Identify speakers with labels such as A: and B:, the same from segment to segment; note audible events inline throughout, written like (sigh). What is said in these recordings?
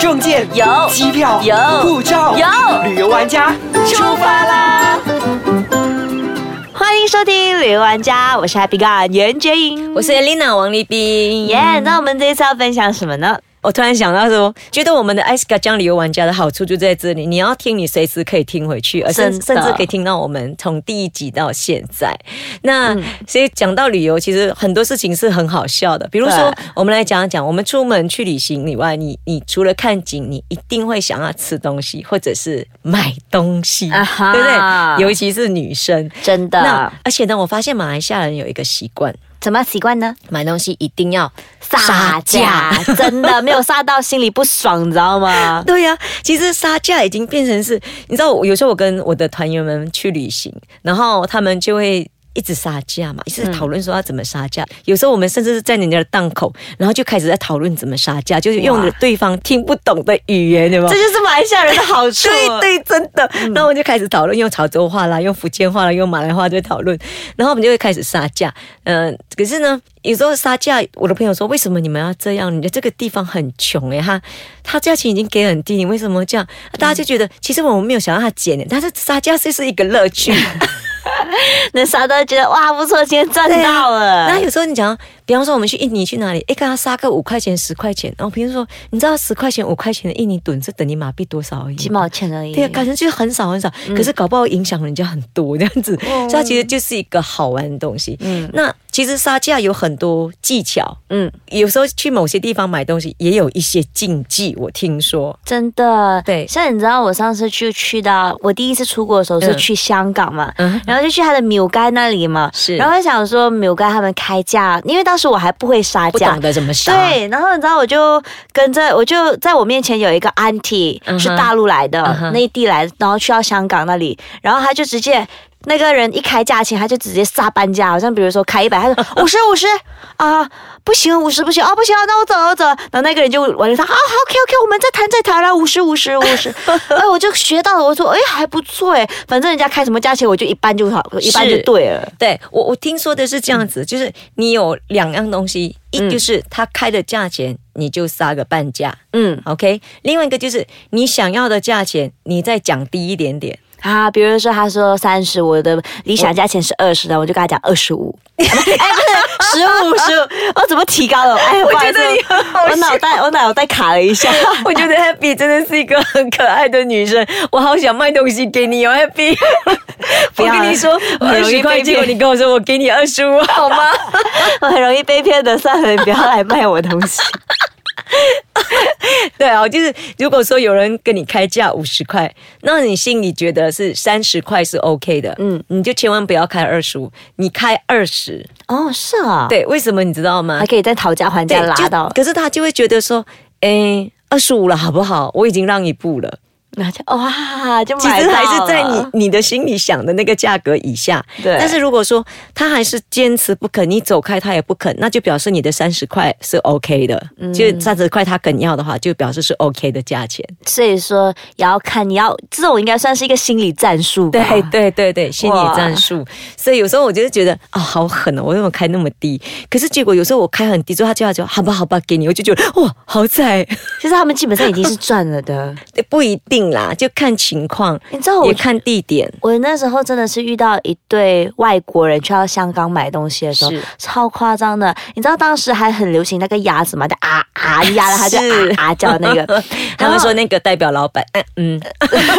A: 证件
B: 有
A: 机票
B: 有
A: 护照
B: 有
A: 旅游玩家出发啦！
B: 欢迎收听《旅游玩家》，我是 Happy God 袁洁莹。
C: 我是 Elena 王立斌。
B: 耶嗯那我们这一次要分享什么呢？
C: 我突然想到说，觉得我们的 i c e 酱旅游玩家的好处就在这里，你要听，你随时可以听回去，而甚
B: 真的
C: 甚至可以听到我们从第一集到现在。那、
B: 嗯
C: 所以讲到旅游，其实很多事情是很好笑的，比如说
B: 对
C: 我们来讲讲，我们出门去旅行以外，你你除了看景，你一定会想要吃东西或者是买东西，
B: 啊哈
C: 对不对？尤其是女生。
B: 真
C: 那
B: 的，
C: 而且呢，我发现马来西亚人有一个习惯，
B: 怎么习惯呢？
C: 买东西一定要
B: 杀价，真的没有杀到心里不爽，你知道 (laughs) 吗？
C: 对呀、其实杀价已经变成是，你知道，我有时候我跟我的团员们去旅行，然后他们就会。一直杀价嘛，一直讨论说要怎么杀价。有时候我们甚至是在人家的档口，然后就开始在讨论怎么杀价，就是用了对方听不懂的语言，对吧
B: 这？就是马来西亚人的好处。
C: 对对，真的。然后我们就开始讨论，用潮州话啦，用福建话啦，用马来话在讨论，然后我们就会开始杀价。嗯、可是呢，有时候杀价，我的朋友说，为什么你们要这样？你的这个地方很穷诶、欸他他价钱已经给很低，你为什么这样？大家就觉得，其实我们没有想让他减，但是杀价就是一个乐趣。
B: 能杀到觉得哇不错，今天赚到了。
C: 那有时候你讲，比方说我们去印尼去哪里，哎，跟他杀个五块钱、十块钱，然后平时说，你知道十块钱、五块钱的印尼盾是等于马币多少而已吗？
B: 几毛钱而已。
C: 对，啊感觉就是很少很少，可是搞不好影响人家很多这样子，所以它其实就是一个好玩的东西。哦嗯，那其实杀价有很多技巧，
B: 嗯，
C: 有时候去某些地方买东西也有一些禁忌，我听说。
B: 真的，
C: 对
B: 像你知道，我上次就去到我第一次出国的时候是去香港嘛，
C: 嗯
B: 然后就去他的纽街那里嘛，
C: 是
B: 然后我想说纽街他们开价，因为当时我还不会杀
C: 不
B: 价
C: 懂，得怎么杀，，
B: 对，然后你知道我就跟着，我就在我面前有一个 auntie、
C: 嗯哼
B: 是大陆来的
C: 嗯哼
B: 内地来的，然后去到香港那里，然后他就直接。那个人一开价钱，他就直接杀半价，好像比如说开一百，他
C: (laughs)
B: 说五十五十啊，不行五十不行啊，不行啊，那我走了我走了。然后那个人就完了说啊，好 OK OK，我们再谈再谈啦，啊五十五十五
C: (laughs)
B: 十。哎，我就学到了，我说哎还不错哎，反正人家开什么价钱，我就一半就好，一半就是对了。
C: 对我我听说的是这样子，就是你有两样东西，一就是他开的价钱，你就杀个半价
B: 嗯
C: ，OK。另外一个就是你想要的价钱，你再讲低一点点。
B: 啊，比如说他说三十，我的理想价钱是二十的，我就跟他讲二十五。 (laughs) 哎，不是十五十五，我怎么提高了？哎，我
C: 觉得你很好笑
B: 我脑袋我脑袋卡了一 (laughs) 下。
C: 我觉得 Happy 真的是一个很可爱的女生，我好想卖东西给你哦，Happy。 (laughs)
B: 不
C: 我
B: 要了啊
C: 跟你说，
B: 很
C: 二
B: 容易
C: 十块，
B: 被骗
C: 结果你跟我说我给你二十五，好吗？
B: 我很容易被骗的，算了，你不要来卖我东西。
C: 对啊，就是如果说有人跟你开价五十块，那你心里觉得是三十块是 OK 的，嗯，你就千万不要开二十五，你开二十，
B: (laughs) 哦，是啊，，
C: 对，为什么你知道吗
B: 还？可以再讨价还
C: 对
B: 价，拉
C: 就
B: 到。
C: 可是他就会觉得说，诶，二十五了好不好？我已经让一步了。
B: 然后就哇，就
C: 其
B: 买
C: 实
B: 到
C: 还是在你
B: 了
C: 你的心里想的那个价格以下。
B: 对
C: 但是如果说他还是坚持不肯，你走开他也不肯，那就表示你的三十块是 OK 的，就三十块他肯要的话，就表示是 OK 的价钱。
B: 所以说也要看你要这种应该算是一个心理战术吧。
C: 对对对对，心理
B: 哇
C: 战术。所以有时候我就是觉得啊、好狠哦，我怎么开那么低？可是结果有时候我开很低之后，他就要说好吧好吧给你，我就觉得哇好在，
B: 其实他们基本上已经是赚了 (laughs) 的。
C: (laughs) 不一定啦，就看情况，
B: 你知道我
C: 也看地点。
B: 我那时候真的是遇到一对外国人去到香港买东西的时候
C: 是，
B: 超夸张的。你知道当时还很流行那个鸭子嘛，就啊啊压了它就啊
C: 是
B: 啊叫那
C: (laughs)
B: 个，
C: 他们说那个代表老板，嗯嗯，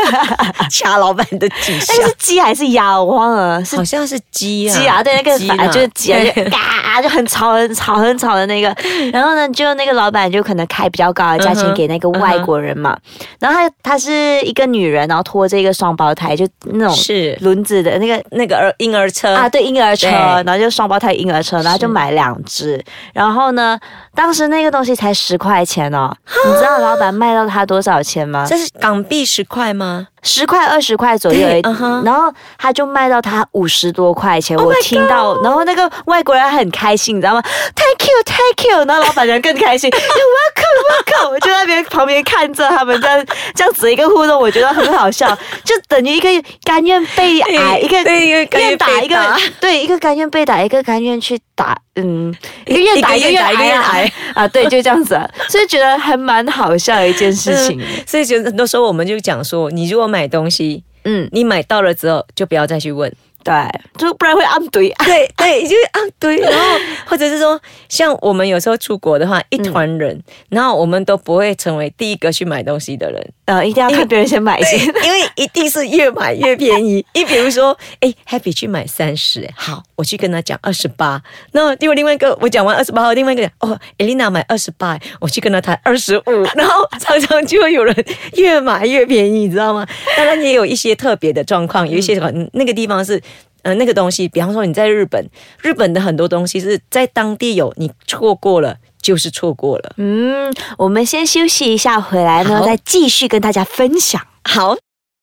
C: (laughs) 掐老板的几下
B: 那，个是鸡还是鸭？我忘了，是
C: 好像是鸡啊，
B: 鸡啊，对，那个
C: 鸡
B: 反
C: 啦
B: 正就是鸡啊，就
C: 对
B: 嘎就很吵很吵很吵的那个。然后呢，就那个老板就可能开比较高的价
C: 嗯
B: 钱
C: 哼
B: 给那个外国人嘛。然后他他是一个女人，然后拖着一个双胞胎，就那
C: 嗯
B: 种
C: 是
B: 轮子的那个
C: 那个儿婴儿车
B: 啊，对，婴儿车，
C: 嗯对
B: 然后就双胞胎婴儿车，然后就是买两只。然后呢，当时那个东西才十块钱哦，你知道老板卖到他多少钱吗？
C: 这是港币十块吗？
B: 十块二十块左右而
C: 对
B: 已
C: 嗯哼 Oh
B: 然后他就卖到他五十多块钱我听到，然后那个外国人很开心，你知道吗？Thank you, thank (laughs) you，然后老板娘更开心，You're welcome, welcome，我就在那边旁边看着他们这样这样子一个互动，我觉得很好笑，就等于一个甘愿被挨，
C: (laughs) 对
B: 一个
C: 哎对一个甘愿
B: 愿打，
C: 被
B: 一个
C: 打 (laughs)
B: 对，一个甘愿被打，一个甘愿去打，嗯，一个愿打
C: 一个
B: 愿
C: 愿打一个愿挨
B: 挨 (laughs) 啊，对，就这样子、啊，所以觉得还蛮好笑的一件事情。
C: 嗯所以就很多时候我们就讲说，你如果买东西，
B: 嗯，
C: 你买到了之后就不要再去问。
B: 对，就不然会暗怼。
C: (laughs) 对对，就是啊 (laughs) 对，然后或者是说，像我们有时候出国的话，一团人，然后我们都不会成为第一个去买东西的人，
B: 呃，一定要看别人先买先。
C: (laughs) 因为一定是越买越便宜。你比如说，哎，Happy 去买三十，好，我去跟他讲二十八，那结果另外一个我讲完二十八，另外一个讲哦，Elena 买二十八，我去跟他谈二十五， (laughs) 然后常常就会有人越买越便宜，你知道吗？当然也有一些特别的状况，有一些可能那个地方是。呃，那个东西，比方说你在日本，日本的很多东西是在当地有，你错过了就是错过了。
B: (laughs) 嗯，我们先休息一下，回来呢
C: 好
B: 再继续跟大家分享。
C: 好，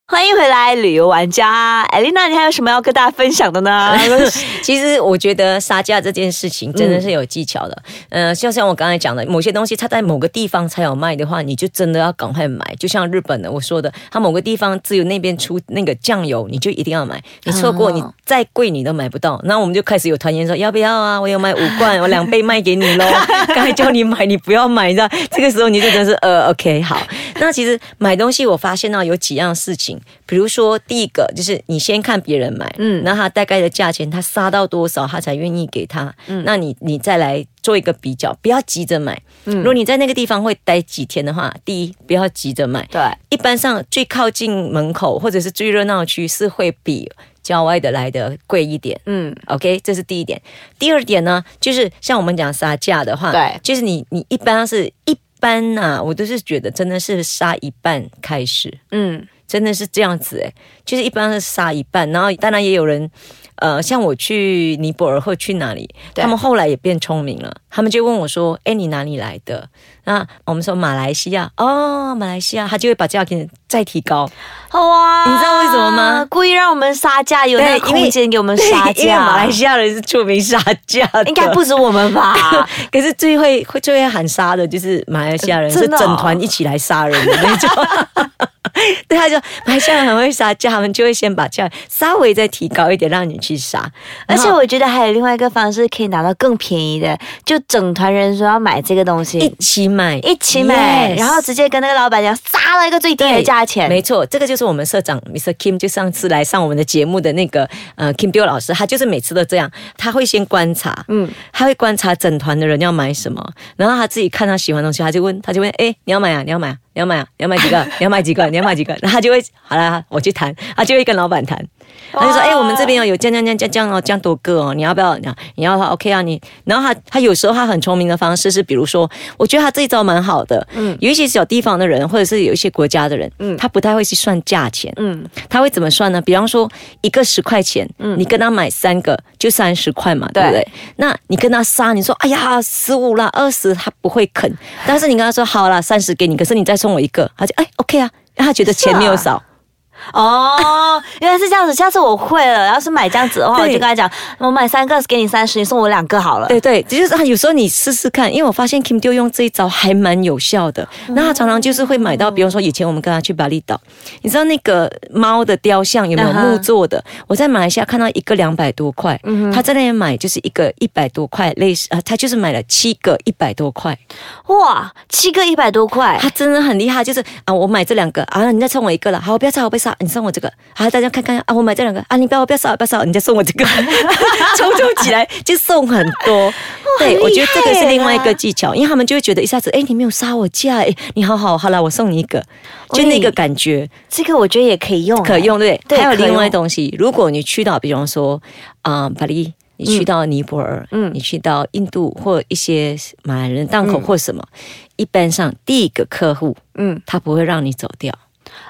B: 欢迎回来，旅游玩家艾琳娜，你还有什么要跟大家分享的 (laughs) 呢？
C: 啊其实我觉得杀价这件事情真的是有技巧的。呃，就像我刚才讲的，某些东西它在某个地方才有卖的话，你就真的要赶快买。就像日本的我说的，它某个地方只有那边出那个酱油，你就一定要买。你错过，
B: 哦
C: 你再贵你都买不到。那我们就开始有团员说要不要啊？我有买五罐，我两倍卖给你喽。刚才叫你买，你不要买，你知 (laughs) 道？这个时候你就真是呃，OK，好。那其实买东西，我发现到有几样事情，比如说第一个就是你先看别人买，嗯，那他大概的价钱，他杀到多少，他才愿意给他，嗯，那你你再来做一个比较，不要急着买。嗯，如果你在那个地方会待几天的话，第一不要急着买，
B: 对，
C: 一般上最靠近门口或者是最热闹的区是会比郊外的来的贵一点。
B: 嗯，
C: OK，这是第一点。第二点呢，就是像我们讲杀价的话，
B: 对
C: 就是你你一般啊是一般呐、我都是觉得真的是杀一半开始，
B: 嗯，
C: 真的是这样子诶，就是一般是杀一半，然后当然也有人。呃，像我去尼泊尔或去哪里，
B: 对
C: 他们后来也变聪明了，他们就问我说：“哎，你哪里来的？”那我们说马来西亚，哦，马来西亚，他就会把价钱再提高。
B: 哇
C: 你知道为什么吗
B: 啊故意让我们杀价，有那个
C: (laughs) 对因为
B: 空间给我们杀
C: 因为
B: 价
C: 马来。西亚人是出名杀价
B: (laughs)
C: 的，
B: 应该不止我们
C: (laughs)
B: 吧？
C: 可是最会会最会喊杀的就是马来西亚人，
B: 真
C: 是
B: 的哦
C: 整团一起来杀人的那种。 (laughs) 对，他就马来西亚人很会杀价，他们就会先把价稍微再提高一点，让你去杀。
B: 而且
C: 然后
B: 我觉得还有另外一个方式可以拿到更便宜的，就整团人说要买这个东
C: 一
B: 西，
C: 起买，
B: 一起买，
C: Yes
B: 然后直接跟那个老板娘杀了一个最低的
C: 对
B: 价钱。
C: 没错，这个就是我们社长 Mr. Kim，就上次来上我们的节目的那个呃 Kim Biu 老师，他就是每次都这样，他会先观察，嗯，他会观察整团的人要买什么，然后他自己看他喜欢的东西，他就问，他就问，哎，你要买啊？你要买啊？你要买啊？你要买几个？你要买几个？你要买几个？然后他就会，好啦，我去谈，他就会跟老板谈，他就说，哎，我们这边哦有这样这样这样这样哦，这样多个哦，你要不要？你要你要的话 OK 啊你。然后他他有时候他很聪明的方式是，比如说，我觉得他这一招蛮好的，嗯，有一些小地方的人或者是有一些国家的人，嗯，他不太会去算价钱，嗯，他会怎么算呢？比方说一个十块钱，嗯，你跟他买三个就三十块嘛，对不对
B: 对？
C: 那你跟他杀，你说哎呀十五啦二十，他不会肯，但是你跟他说好啦三十给你，可是你再送我一个，他就哎 OK 啊，他觉得钱没有少。
B: 哦，原来是这样子。下次我会了，要是买这样子的话，
C: 对
B: 我就跟他讲，我买三个给你三十，你送我两个好了。
C: 对对，就是他有时候你试试看，因为我发现 Kim 丢用这一招还蛮有效的。
B: 嗯
C: 那他常常就是会买到，比如说以前我们跟他去巴厘岛，你知道那个猫的雕像有没有
B: 嗯哼嗯
C: 木做的？我在马来西亚看到一个两百多块，他在那边买就是一个一百多块，类似啊，他就是买了七个一百多块，
B: 哇，七个一百多块
C: 他，真的很厉害，就是啊，我买这两个啊，你再送我一个了，好，我不要杀，我不要杀，你送我这个，好，大家看看啊，我买这两个啊，你不要，我不要杀，我不要杀，你再送我这个， (laughs) 抽抽起来就送很
B: (laughs)
C: 多。对，
B: 很
C: 我觉得
B: 厉害
C: 这个是
B: 耶
C: 另外一个技巧，因为他们就会觉得一下子，哎，你没有杀我价，哎，你好好，好了，我送你一个，
B: 哦
C: 就那个感觉
B: 这个我觉得也可以用，
C: 可用，啊对不对？
B: 对
C: 还有
B: 可用
C: 另外东西，如果你去到，比方说啊，巴黎。你去到尼泊尔，嗯，你去到印度或一些马来人档口或什么，一般上第一个客户，
B: 嗯，
C: 他不会让你走掉，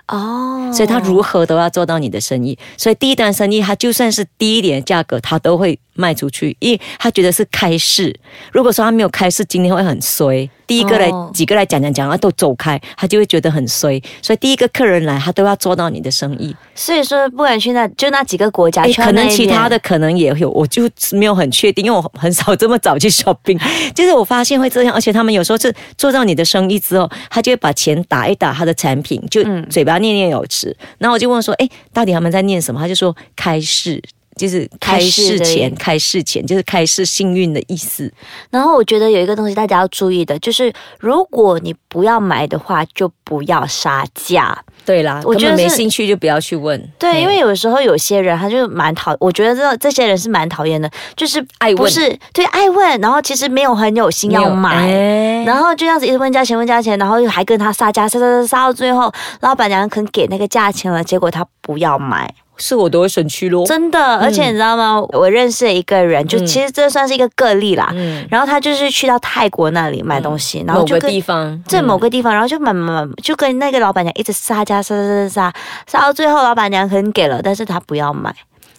B: 哦。
C: 所以他如何都要做到你的生意。所以第一单生意，他就算是低一点的价格，他都会卖出去，因为他觉得是开市。如果说他没有开市，今天会很衰。第一个来、
B: 哦
C: 几个来讲讲讲，啊都走开，他就会觉得很衰。所以第一个客人来，他都要做到你的生意。
B: 所以说不管去那就那几个国家，
C: 哎，
B: 去到
C: 可
B: 那
C: 能
B: 一
C: 其
B: 边
C: 他的可能也有，我就没有很确定，因为我很少这么早去 shopping。就是 (laughs) 我发现会这样，而且他们有时候是做到你的生意之后，他就会把钱打一打他的产品，就嘴巴念念有词。然后我就问说，哎，到底他们在念什么？他就说开市。就是开
B: 开市
C: 市
B: 的
C: 前，开市前就是开市幸运的意思。
B: 然后我觉得有一个东西大家要注意的，就是如果你不要买的话，就不要杀价。
C: 对啦，
B: 我
C: 根
B: 觉得
C: 本没
B: 是
C: 兴趣就不要去问。
B: 对，
C: 嗯
B: 因为有时候有些人他就蛮讨，我觉得这这些人是蛮讨厌的，就是
C: 爱问
B: 不是对爱问，然后其实没有很有心
C: 没有
B: 要买。
C: 哎
B: 然后就这样子一直问价钱，问价钱，然后又还跟他杀价，杀杀杀杀到最后，老板娘肯给那个价钱了，结果他不要买，
C: 是我都会省去咯。
B: 真的。而且你知道吗？我认识一个人，就
C: 哦嗯
B: 其实这算是一个个例啦。
C: 嗯，
B: 然后他就是去到泰国那里买东西，然后
C: 某
B: 就
C: 个
B: 跟
C: 地方，嗯
B: 在某
C: 个
B: 个地方，然后就慢慢慢慢就跟那个老板娘一直杀价杀杀杀杀，杀到最后老板娘可能给了，但是他不要买，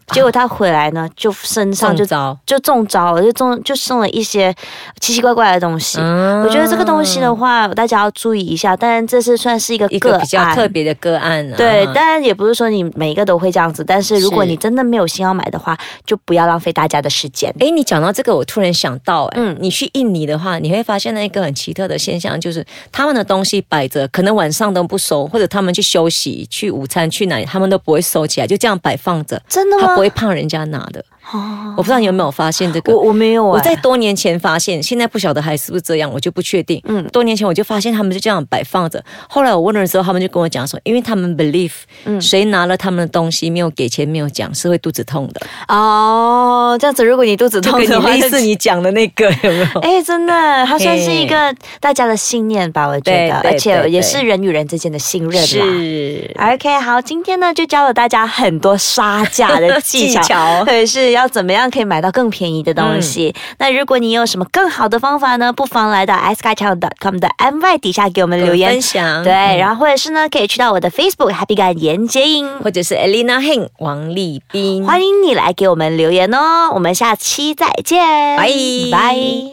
B: 结果他回来呢就身上
C: 上
B: 就
C: 就招。
B: 就中招了，就中就送了一些奇奇怪怪的东西。
C: 嗯
B: 我觉得这个东西的话，大家要注意一下。当然，这是算是一个
C: 一
B: 个
C: 个
B: 案，
C: 比较特别的个案、啊。
B: 对，当然也不是说你每一个都会这样子，但是如果
C: 是
B: 你真的没有心要买的话，就不要浪费大家的时间。
C: 哎，你讲到这个，我突然想到，哎，
B: 嗯
C: 你去印尼的话，你会发现那个很奇特的现象，就是他们的东西摆着，可能晚上都不收，或者他们去休息、去午餐、去哪里，他们都不会收起来，就这样摆放着，
B: 真的
C: 他
B: 吗
C: 不？会怕人家拿的。
B: 啊哦
C: 我不知道你有没有发现这个？
B: 我我没有、哎
C: 我在多年前发现，现在不晓得还是不是这样，我就不确定。嗯，多年前我就发现他们就这样摆放着。后来我问的时候，他们就跟我讲说，因为他们 believe，谁
B: 嗯
C: 拿了他们的东西没有给钱没有讲是会肚子痛的，
B: 哦，这样子，如果你肚子
C: (laughs) 就
B: 痛
C: 跟
B: 的
C: 你
B: 话，
C: 类似你讲的那个有没有？
B: (laughs)
C: (laughs)
B: 哎、真的，它算是一个大家的信念吧，我觉
C: 对
B: 得，
C: 对
B: 而且
C: 对
B: 也
C: 对
B: 是人与人之间的信任啦。
C: 是
B: OK，好，今天呢就教了大家很多杀价的技巧，
C: (laughs) 技巧嗯
B: 对，是要怎么样可以买到更便宜的东西。那如果你有什么更好的方法呢，不妨来到 skychannel.com 的 my 底下给我们留言
C: 分。享嗯
B: 对，然后或者是呢，可以去到我的 Facebook Happy 感言接应，
C: 或者是 Elena Heng 王立斌，
B: 欢迎你来给我们留言哦。我们下期再见，
C: 拜
B: 拜。